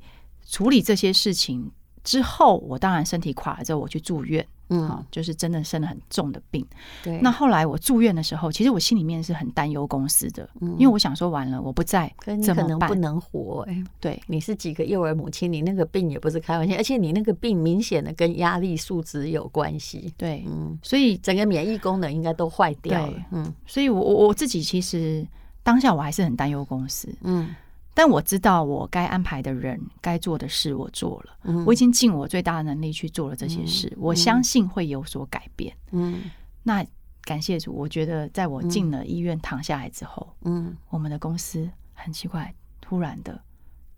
Speaker 3: 处理这些事情之后，我当然身体垮了之后，我去住院，
Speaker 2: 嗯
Speaker 3: 啊，就是真的生了很重的病。
Speaker 2: 对，
Speaker 3: 那后来我住院的时候，其实我心里面是很担忧公司的，因为我想说完了我不在
Speaker 2: 嗯可你
Speaker 3: 怎
Speaker 2: 可
Speaker 3: 么
Speaker 2: 能
Speaker 3: 办
Speaker 2: 不？能活、哎，
Speaker 3: 对，
Speaker 2: 你是几个幼儿母亲，你那个病也不是开玩笑，而且你那个病明显的跟压力数值有关系，
Speaker 3: 对，
Speaker 2: 嗯，
Speaker 3: 所以
Speaker 2: 整个免疫功能应该都坏掉了
Speaker 3: 对，
Speaker 2: 嗯
Speaker 3: 所以我我我自己其实当下我还是很担忧公司，
Speaker 2: 嗯，
Speaker 3: 但我知道我该安排的人、该做的事我做了，
Speaker 2: 嗯
Speaker 3: 我已经尽我最大的能力去做了这些事，我相信会有所改变。
Speaker 2: 嗯
Speaker 3: 那感谢主，我觉得在我进了医院躺下来之后，
Speaker 2: 嗯，
Speaker 3: 我们的公司很奇怪，突然的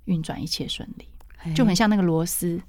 Speaker 3: 运转一切顺利，
Speaker 2: 哎
Speaker 3: 就很像那个螺丝，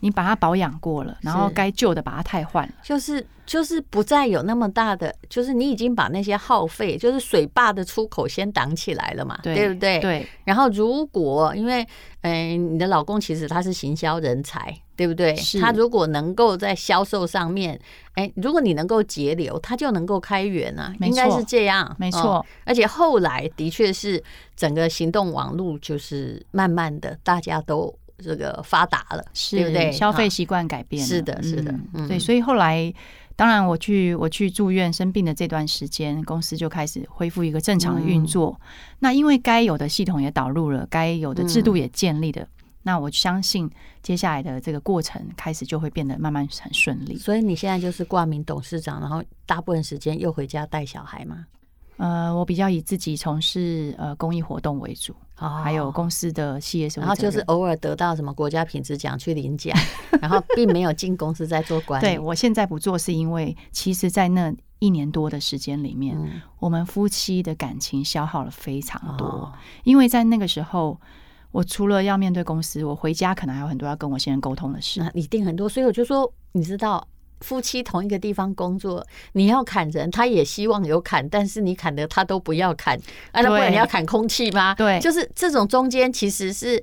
Speaker 3: 你把它保养过了，然后
Speaker 2: 是
Speaker 3: 该旧的把它汰换了。
Speaker 2: 就是就是不再有那么大的，就是你已经把那些耗费，就是水坝的出口先挡起来了嘛，对不对？。
Speaker 3: 对，
Speaker 2: 然后如果因为嗯、呃你的老公其实他是行销人才，对不对
Speaker 3: 是？
Speaker 2: 他如果能够在销售上面，哎，如果你能够节流，他就能够开源啊，
Speaker 3: 没
Speaker 2: 应
Speaker 3: 错
Speaker 2: 该是这样，
Speaker 3: 没
Speaker 2: 哦
Speaker 3: 错
Speaker 2: 而且后来的确是整个行动网络就是慢慢的大家都这个发达了，
Speaker 3: 是
Speaker 2: 对不对？
Speaker 3: 消费
Speaker 2: 啊
Speaker 3: 习惯改变了，
Speaker 2: 是的是的
Speaker 3: 嗯
Speaker 2: 嗯
Speaker 3: 对，所以后来。当然，我去我去住院生病的这段时间，公司就开始恢复一个正常的运
Speaker 2: 嗯
Speaker 3: 作。那因为该有的系统也导入了，该有的制度也建立了，那我相信接下来的这个过程开始就会变得慢慢很顺利。
Speaker 2: 所以你现在就是挂名董事长，然后大部分时间又回家带小孩嘛，
Speaker 3: 呃，我比较以自己从事呃公益活动为主，
Speaker 2: 哦
Speaker 3: 还有公司的企业社会
Speaker 2: 然后
Speaker 3: 责
Speaker 2: 就是
Speaker 3: 任
Speaker 2: 偶尔得到什么国家品质奖去领奖， 然后并没有进公司在做管理。
Speaker 3: 对我现在不做，是因为其实，在那一年多的时间里面，
Speaker 2: 嗯，
Speaker 3: 我们夫妻的感情消耗了非常多，
Speaker 2: 哦
Speaker 3: 因为在那个时候，我除了要面对公司，我回家可能还有很多要跟我先生沟通的事。
Speaker 2: 那一定很多。所以我就说，你知道，夫妻同一个地方工作，你要砍人，他也希望有砍，但是你砍的他都不要砍，啊，那不然你要砍空气吗？
Speaker 3: 对
Speaker 2: 就是这种中间其实是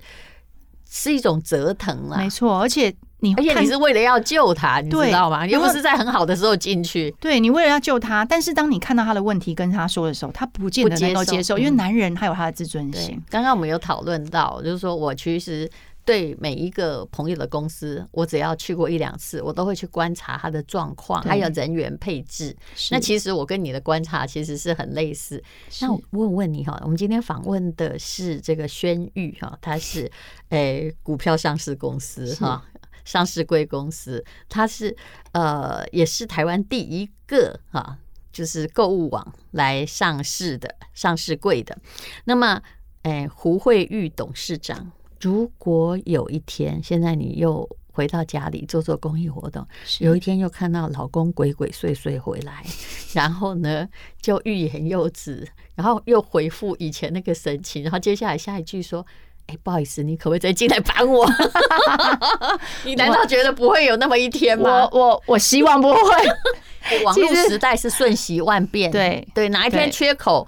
Speaker 2: 是一种折腾啦
Speaker 3: 没。错，而且你
Speaker 2: 而且
Speaker 3: 看
Speaker 2: 你是为了要救他，你
Speaker 3: 对
Speaker 2: 知道吗？
Speaker 3: 然
Speaker 2: 又
Speaker 3: 后
Speaker 2: 不是在很好的时候进去。
Speaker 3: 对你为了要救他，但是当你看到他的问题跟他说的时候，他不见得
Speaker 2: 不接
Speaker 3: 能够
Speaker 2: 受
Speaker 3: 接受，因为
Speaker 2: 嗯
Speaker 3: 男人他有他的自尊
Speaker 2: 对
Speaker 3: 心。，
Speaker 2: 刚刚我们有讨论到，就是说我其实对每一个朋友的公司，我只要去过一两次，我都会去观察他的状况，
Speaker 3: 对
Speaker 2: 还有人员配置。那
Speaker 3: 实
Speaker 2: 其实我跟你的观察其实是很类似。那我问问你哈，我们今天访问的是这个轩玉哈，他是诶、股票上市公司
Speaker 3: 是
Speaker 2: 哈。上市贵公司，它是呃，也是台湾第一个哈、就是购物网来上市的，上市贵的。那么，哎，胡慧玉董事长，如果有一天，现在你又回到家里做做公益活动，有一天又看到老公鬼鬼祟祟回来， 然后呢就欲言又止，然后又回复以前那个神情，然后接下来下一句说。哎，不好意思，你可不可以再进来帮我？ 你难道觉得不会有那么一天吗
Speaker 3: 我？我我希望不会。
Speaker 2: 网络
Speaker 3: 其实
Speaker 2: 时代是瞬息万变，
Speaker 3: 对
Speaker 2: 对，哪一天
Speaker 3: 对
Speaker 2: 缺口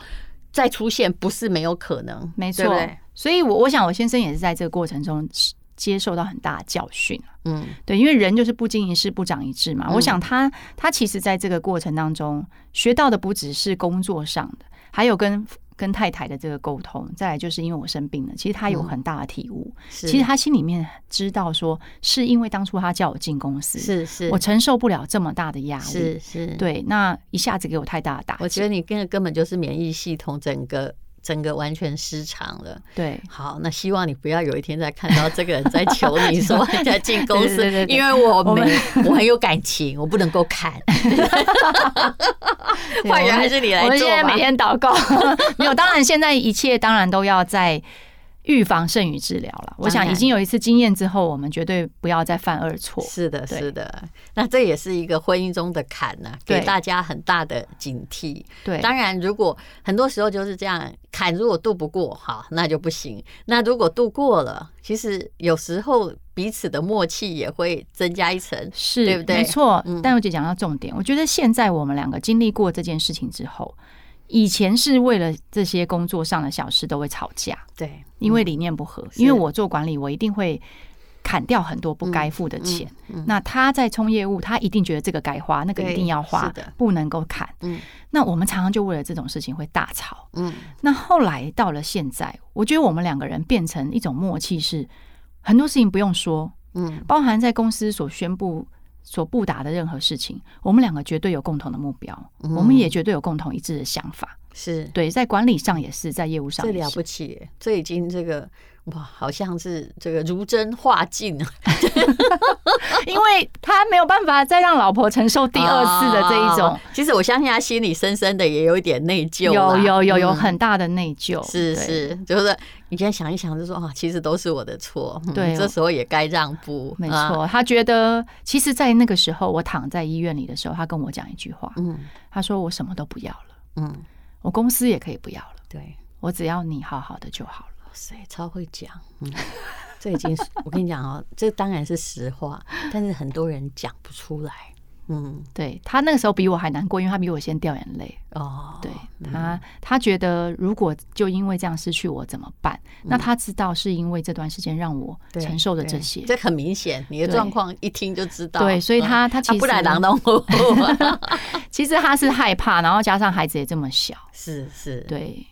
Speaker 2: 再出现，不是没有可能，
Speaker 3: 没错，
Speaker 2: 对不对
Speaker 3: 所以我我想我先生也是在这个过程中接受到很大的教训啊
Speaker 2: 嗯，
Speaker 3: 对，因为人就是不经一事不长一智嘛。
Speaker 2: 嗯
Speaker 3: 我想他他其实在这个过程当中学到的不只是工作上的，还有跟跟太太的这个沟通。再来就是因为我生病了，其实他有
Speaker 2: 嗯
Speaker 3: 很大的体悟。
Speaker 2: 是
Speaker 3: 其实他心里面知道说，是因为当初他叫我进公司，
Speaker 2: 是是，
Speaker 3: 我承受不了这么大的压力。
Speaker 2: 是是，，
Speaker 3: 对，那一下子给我太大的打击。
Speaker 2: 我觉得你根根本就是免疫系统整个整个完全失常了。
Speaker 3: 对，
Speaker 2: 好，那希望你不要有一天再看到这个人在求你说人家进公司
Speaker 3: 对对对，对
Speaker 2: 因为我
Speaker 3: 我
Speaker 2: 没
Speaker 3: 们
Speaker 2: 我很有感情，我不能够看。
Speaker 3: 对
Speaker 2: 换人
Speaker 3: 我们
Speaker 2: 还是你来
Speaker 3: 我们现
Speaker 2: 做
Speaker 3: 在
Speaker 2: 吧
Speaker 3: 每天祷告，没有。当然，现在一切当然都要在预防胜于治疗了。我
Speaker 2: 当
Speaker 3: 想，
Speaker 2: 然
Speaker 3: 已经有一次经验之后，我们绝对不要再犯二错。
Speaker 2: 是的，
Speaker 3: 对
Speaker 2: 是的，那这也是一个婚姻中的坎呐、给
Speaker 3: 对
Speaker 2: 大家很大的警惕。
Speaker 3: 对，
Speaker 2: 当然，如果很多时候就是这样坎，如果渡不过，好，那就不行。那如果渡过了，其实有时候彼此的默契也会增加一层。
Speaker 3: 是
Speaker 2: 对不对
Speaker 3: 没错
Speaker 2: 嗯。
Speaker 3: 但我姐讲到重点，我觉得现在我们两个经历过这件事情之后，以前是为了这些工作上的小事都会吵架，
Speaker 2: 对，
Speaker 3: 因为理念不合。
Speaker 2: 是
Speaker 3: 因为我做管理，我一定会。砍掉很多不
Speaker 2: 嗯
Speaker 3: 该付的钱，那他在冲业务，他一定觉得这个该花，那个一
Speaker 2: 对
Speaker 3: 定要花
Speaker 2: 是的，
Speaker 3: 不能够砍。
Speaker 2: 嗯
Speaker 3: 那我们常常就为了这种事情会大吵。
Speaker 2: 嗯，
Speaker 3: 那后来到了现在，我觉得我们两个人变成一种默契是，很多事情不用说，
Speaker 2: 嗯，
Speaker 3: 包含在公司所宣布、所布
Speaker 2: 嗯
Speaker 3: 达的任何事情，我们两个绝对有共同的目标，我们也绝对有共同一致的想法。
Speaker 2: 是
Speaker 3: 对，在管理上也是，在业务上
Speaker 2: 这
Speaker 3: 也
Speaker 2: 了
Speaker 3: 是
Speaker 2: 不起耶，这已经这个哇，好像是这个如真化境啊，
Speaker 3: 因为他没有办法再让老婆承受第二次的这一种
Speaker 2: 哦。其实我相信他心里深深的也有一点内疚啦，
Speaker 3: 有有有有
Speaker 2: 嗯
Speaker 3: 很大的内疚，
Speaker 2: 是
Speaker 3: 对
Speaker 2: 是，就是你现在想一想，就说啊，其实都是我的错，嗯
Speaker 3: 对哦
Speaker 2: 这时候也该让步，
Speaker 3: 没
Speaker 2: 啊，
Speaker 3: 错，他觉得其实，在那个时候，我躺在医院里的时候，他跟我讲一句话，
Speaker 2: 嗯
Speaker 3: 他说：“我什么都不要了，
Speaker 2: 嗯，
Speaker 3: 我公司也可以不要了，
Speaker 2: 对，
Speaker 3: 我只要你好好的就好了。
Speaker 2: 哇塞，超会讲，嗯，这已经是 我跟你讲哦，这当然是实话，但是很多人讲不出来，嗯
Speaker 3: 对”他那个时候比我还难过，因为他比我先掉眼泪。
Speaker 2: 哦，
Speaker 3: 对他，他觉得如果就因为这样失去我怎么办？那他知道是因为这段时间让我
Speaker 2: 嗯对
Speaker 3: 承受的这
Speaker 2: 对
Speaker 3: 些。
Speaker 2: 这很明显，你的
Speaker 3: 对
Speaker 2: 状况一听就知道，
Speaker 3: 对所以
Speaker 2: 嗯
Speaker 3: 他他其
Speaker 2: 不然
Speaker 3: 实
Speaker 2: 狼龙虎虎啊，
Speaker 3: 其实他是害怕，然后加上孩子也这么小，
Speaker 2: 是是，
Speaker 3: 对，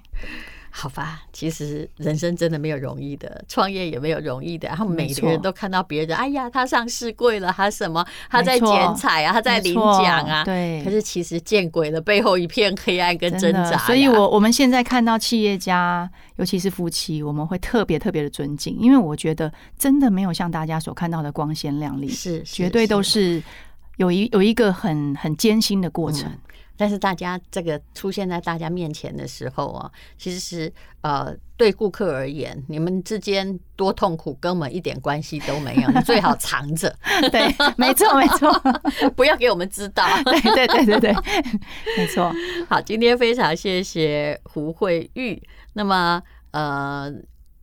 Speaker 2: 好吧，其实人生真的没有容易的，创业也没有容易的。然后每个
Speaker 3: 没
Speaker 2: 人
Speaker 3: 错
Speaker 2: 都看到别人，哎呀，他上市柜了，他什么，他在剪彩啊，他在
Speaker 3: 没
Speaker 2: 领
Speaker 3: 错
Speaker 2: 奖啊。
Speaker 3: 对
Speaker 2: 可是其实见鬼了，背后一片黑暗跟挣
Speaker 3: 真
Speaker 2: 扎
Speaker 3: 的
Speaker 2: 呀。
Speaker 3: 所以我我们现在看到企业家，尤其是夫妻，我们会特别特别的尊敬，因为我觉得真的没有像大家所看到的光鲜亮丽，
Speaker 2: 是
Speaker 3: 绝对都。是有一有一个很很艰辛的过程。
Speaker 2: 但是大家这个出现在大家面前的时候啊，其实呃，对顾客而言，你们之间多痛苦跟我们一点关系都没有，你最好藏着，
Speaker 3: 对，没错，没错，
Speaker 2: 不要给我们知道。
Speaker 3: 对对对对对，没错。
Speaker 2: 好，今天非常谢谢胡慧玉。那么，呃，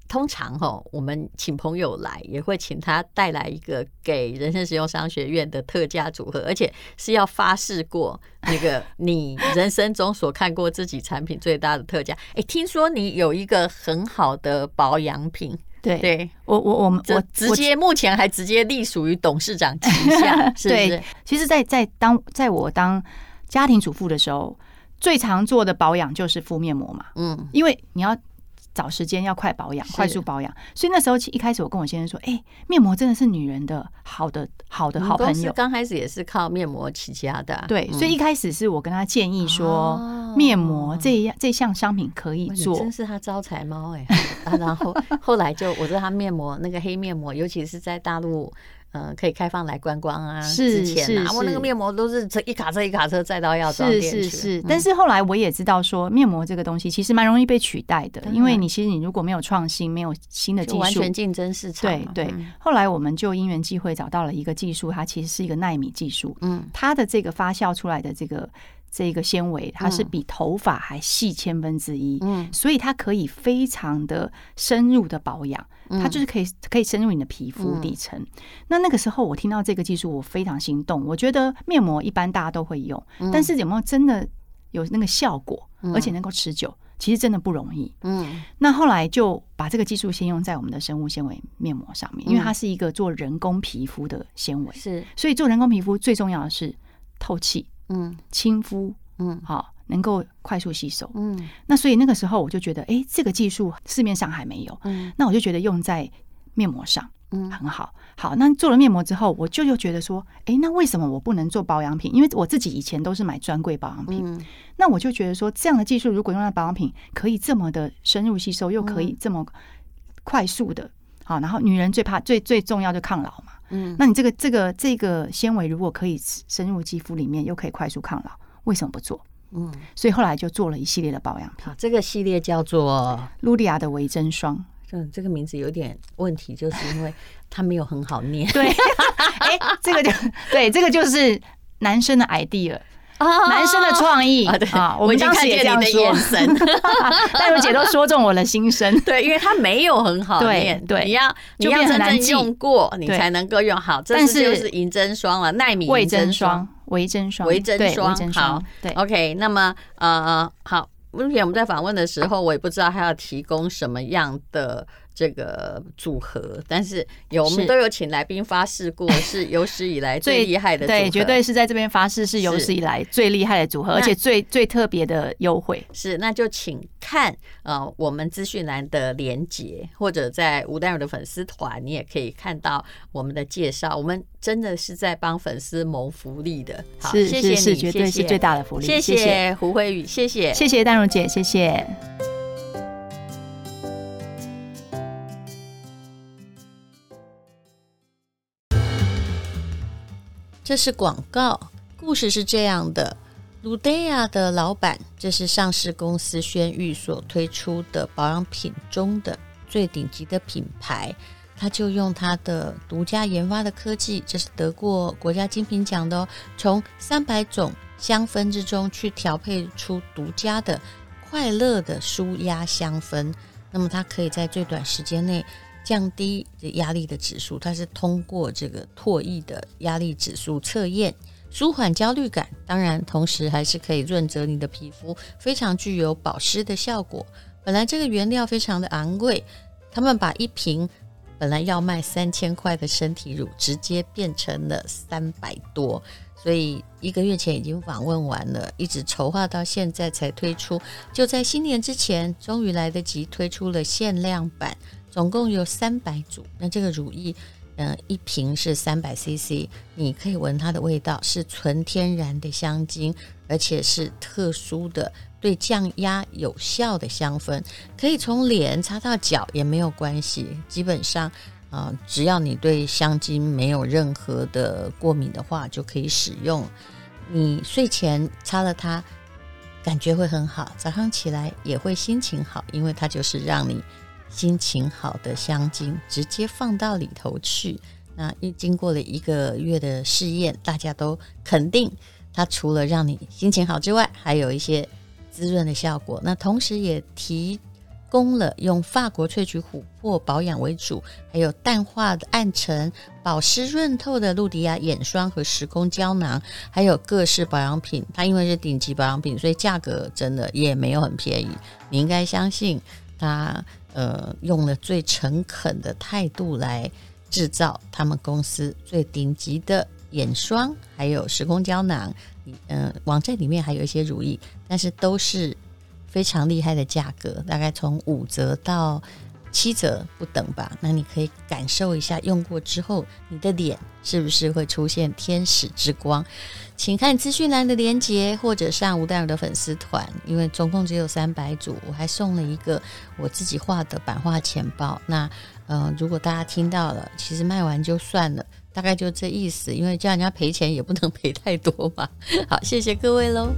Speaker 2: 通常哈、我们请朋友来，也会请他带来一个给人生实用商学院的特价组合，而且是要发誓过那 个你人生中所看过自己产品最大的特价。哎，听说你有一个很好的保养品，
Speaker 3: 对，
Speaker 2: 对，
Speaker 3: 我我我们
Speaker 2: 这
Speaker 3: 我
Speaker 2: 直
Speaker 3: 我
Speaker 2: 接目前还直接隶属于董事长旗 下，是不
Speaker 3: 对，
Speaker 2: 是？
Speaker 3: 其实在，在当在我当家庭主妇的时候，最常做的保养就是敷面膜嘛，
Speaker 2: 嗯，
Speaker 3: 因为你要找时间要快保养，
Speaker 2: 是
Speaker 3: 快速保养。所以那时候其一开始我跟我先生说，哎、面膜真的是女人的好的好的
Speaker 2: 我们
Speaker 3: 好
Speaker 2: 嗯公
Speaker 3: 朋
Speaker 2: 司
Speaker 3: 友。
Speaker 2: 刚开始也是靠面膜起家的啊，
Speaker 3: 对，
Speaker 2: 嗯
Speaker 3: 所以一开始是我跟他建议说，
Speaker 2: 哦
Speaker 3: 面膜这一样这项商品可以
Speaker 2: 哇你
Speaker 3: 做
Speaker 2: 真。是他招财猫哎、啊然后后来就我知道他面膜那个黑面膜，尤其是在大陆。呃，可以开放来观光啊！
Speaker 3: 是
Speaker 2: 之前
Speaker 3: 是
Speaker 2: 啊，我那
Speaker 3: 是
Speaker 2: 个面膜都是这一卡车一卡车载到药妆
Speaker 3: 是
Speaker 2: 店去。
Speaker 3: 是是，
Speaker 2: 嗯
Speaker 3: 但是后来我也知道说，面膜这个东西其实蛮容易被取代的，
Speaker 2: 当
Speaker 3: 因为
Speaker 2: 然
Speaker 3: 你其实你如果没有创新，没有新的技
Speaker 2: 就完
Speaker 3: 术，
Speaker 2: 全竞争市场
Speaker 3: 对
Speaker 2: 嘛。
Speaker 3: 对
Speaker 2: 嗯，
Speaker 3: 后来我们就因缘际会找到了一个技术，它其实是一个纳米技术，
Speaker 2: 嗯，
Speaker 3: 它的这个发酵出来的这个这个纤维，它是比头发还细千分之一，
Speaker 2: 嗯，
Speaker 3: 所以它可以非常的深入的保养，它就是可以可以深入你的皮肤底层。那那个时候我听到这个技术，我非常心动，我觉得面膜一般大家都会用，但是有没有真的有那个效果，而且能够持久，其实真的不容易，
Speaker 2: 嗯
Speaker 3: 那后来就把这个技术先用在我们的生物纤维面膜上面，因为它是一个做人工皮肤的纤维，
Speaker 2: 是
Speaker 3: 所以做人工皮肤最重要的是透气、
Speaker 2: 嗯
Speaker 3: 亲肤，
Speaker 2: 嗯
Speaker 3: 好、能够快速吸收。
Speaker 2: 嗯
Speaker 3: 那所以那个时候我就觉得，哎，这个技术市面上还没有，
Speaker 2: 嗯
Speaker 3: 那我就觉得用在面膜上，
Speaker 2: 嗯
Speaker 3: 很好。好，那做了面膜之后，我就又觉得说，哎，那为什么我不能做保养品？因为我自己以前都是买专柜保养品，
Speaker 2: 嗯
Speaker 3: 那我就觉得说，这样的技术如果用在保养品，可以这么的深入吸收，又可
Speaker 2: 嗯
Speaker 3: 以这么快速的。好，然后女人最怕最最重要就抗老嘛。
Speaker 2: 嗯，
Speaker 3: 那你这个这个这个纤维如果可以深入肌肤里面，又可以快速抗老，为什么不做？
Speaker 2: 嗯，
Speaker 3: 所以后来就做了一系列的保养品，
Speaker 2: 好，这个系列叫做
Speaker 3: 露莉亚的维珍霜。
Speaker 2: 嗯，这个名字有点问题，就是因为它没有很好念
Speaker 3: 对， 哎、这个就对，这个就是男生的 idea，
Speaker 2: 啊
Speaker 3: 男生的创意
Speaker 2: 啊，对
Speaker 3: 我们
Speaker 2: 已经
Speaker 3: 当
Speaker 2: 看
Speaker 3: 时
Speaker 2: 见
Speaker 3: 也这样
Speaker 2: 你的
Speaker 3: 说
Speaker 2: 眼，神。
Speaker 3: 戴茹姐都说中我的心声。
Speaker 2: 对，因为它没有很好
Speaker 3: 对
Speaker 2: 念，
Speaker 3: 对
Speaker 2: 你要你
Speaker 3: 就
Speaker 2: 要
Speaker 3: 变
Speaker 2: 真
Speaker 3: 很难
Speaker 2: 正
Speaker 3: 记
Speaker 2: 用过，你
Speaker 3: 对
Speaker 2: 才能够用好。这
Speaker 3: 但
Speaker 2: 是就是是银针霜了，耐米
Speaker 3: 味
Speaker 2: 银
Speaker 3: 增
Speaker 2: 针
Speaker 3: 霜。、维珍霜、
Speaker 2: 维珍
Speaker 3: 对
Speaker 2: 霜
Speaker 3: 维珍
Speaker 2: 好
Speaker 3: 霜，对，
Speaker 2: OK，那么呃，好，目前我们在访问的时候，我也不知道它要提供什么样的
Speaker 4: 这个组合，但是有我们
Speaker 3: 是
Speaker 4: 都有请来宾发誓过，是有史以来最
Speaker 3: 最
Speaker 4: 厉害的组合，
Speaker 3: 对，绝对是在这边发誓是有史以来最厉害的组合，
Speaker 4: 那
Speaker 3: 而且最最特别的优惠。
Speaker 4: 是，那就请看呃我们资讯栏的连接，或者在吴丹如的粉丝团，你也可以看到我们的介绍。我们真的是在帮粉丝谋福利的，好，
Speaker 3: 是
Speaker 4: 谢
Speaker 3: 是
Speaker 4: 谢你，
Speaker 3: 是，绝对
Speaker 4: 谢
Speaker 3: 是
Speaker 4: 谢
Speaker 3: 最大的福利。
Speaker 4: 谢
Speaker 3: 谢谢
Speaker 4: 谢胡慧宇，谢谢，
Speaker 3: 谢谢丹如姐，谢谢。
Speaker 2: 这是广告。故事是这样的：Ludea 的老板，这是上市公司轩誉所推出的保养品中的最顶级的品牌。他就用他的独家研发的科技，这是得过国家金品奖的哦，从三百种香氛之中去调配出独家的快乐的舒压香氛。那么它可以在最短时间内降低的压力的指数，它是通过这个唾液的压力指数测验，舒缓焦虑感。当然，同时还是可以润泽你的皮肤，非常具有保湿的效果。本来这个原料非常的昂贵，他们把一瓶本来要卖三千块的身体乳，直接变成了三百多。所以一个月前已经访问完了，一直筹划到现在才推出，就在新年之前，终于来得及推出了限量版，总共有三百组。那这个乳液，嗯、一瓶是三百 CC，你可以闻它的味道，是纯天然的香精，而且是特殊的对降压有效的香氛，可以从脸擦到脚也没有关系，基本上。啊、只要你对香精没有任何的过敏的话，就可以使用。你睡前擦了它，感觉会很好，早上起来也会心情好，因为它就是让你心情好的香精，直接放到里头去。那一经过了一个月的试验，大家都肯定它除了让你心情好之外，还有一些滋润的效果。那同时也提供了用法国萃取琥珀保养为主，还有淡化的暗沉、保湿润透的露迪亚眼霜和时空胶囊，还有各式保养品。它因为是顶级保养品，所以价格真的也没有很便宜。你应该相信它，呃，用了最诚恳的态度来制造他们公司最顶级的眼霜，还有时空胶囊。嗯、网站里面还有一些乳液，但是都是非常厉害的价格，大概从五折到七折不等吧。那你可以感受一下，用过之后你的脸是不是会出现天使之光？请看资讯栏的连接，或者上吴淡如的粉丝团，因为总共只有三百组，我还送了一个我自己画的版画钱包。那呃，如果大家听到了，其实卖完就算了，大概就这意思，因为叫人家赔钱也不能赔太多嘛。好，谢谢各位喽。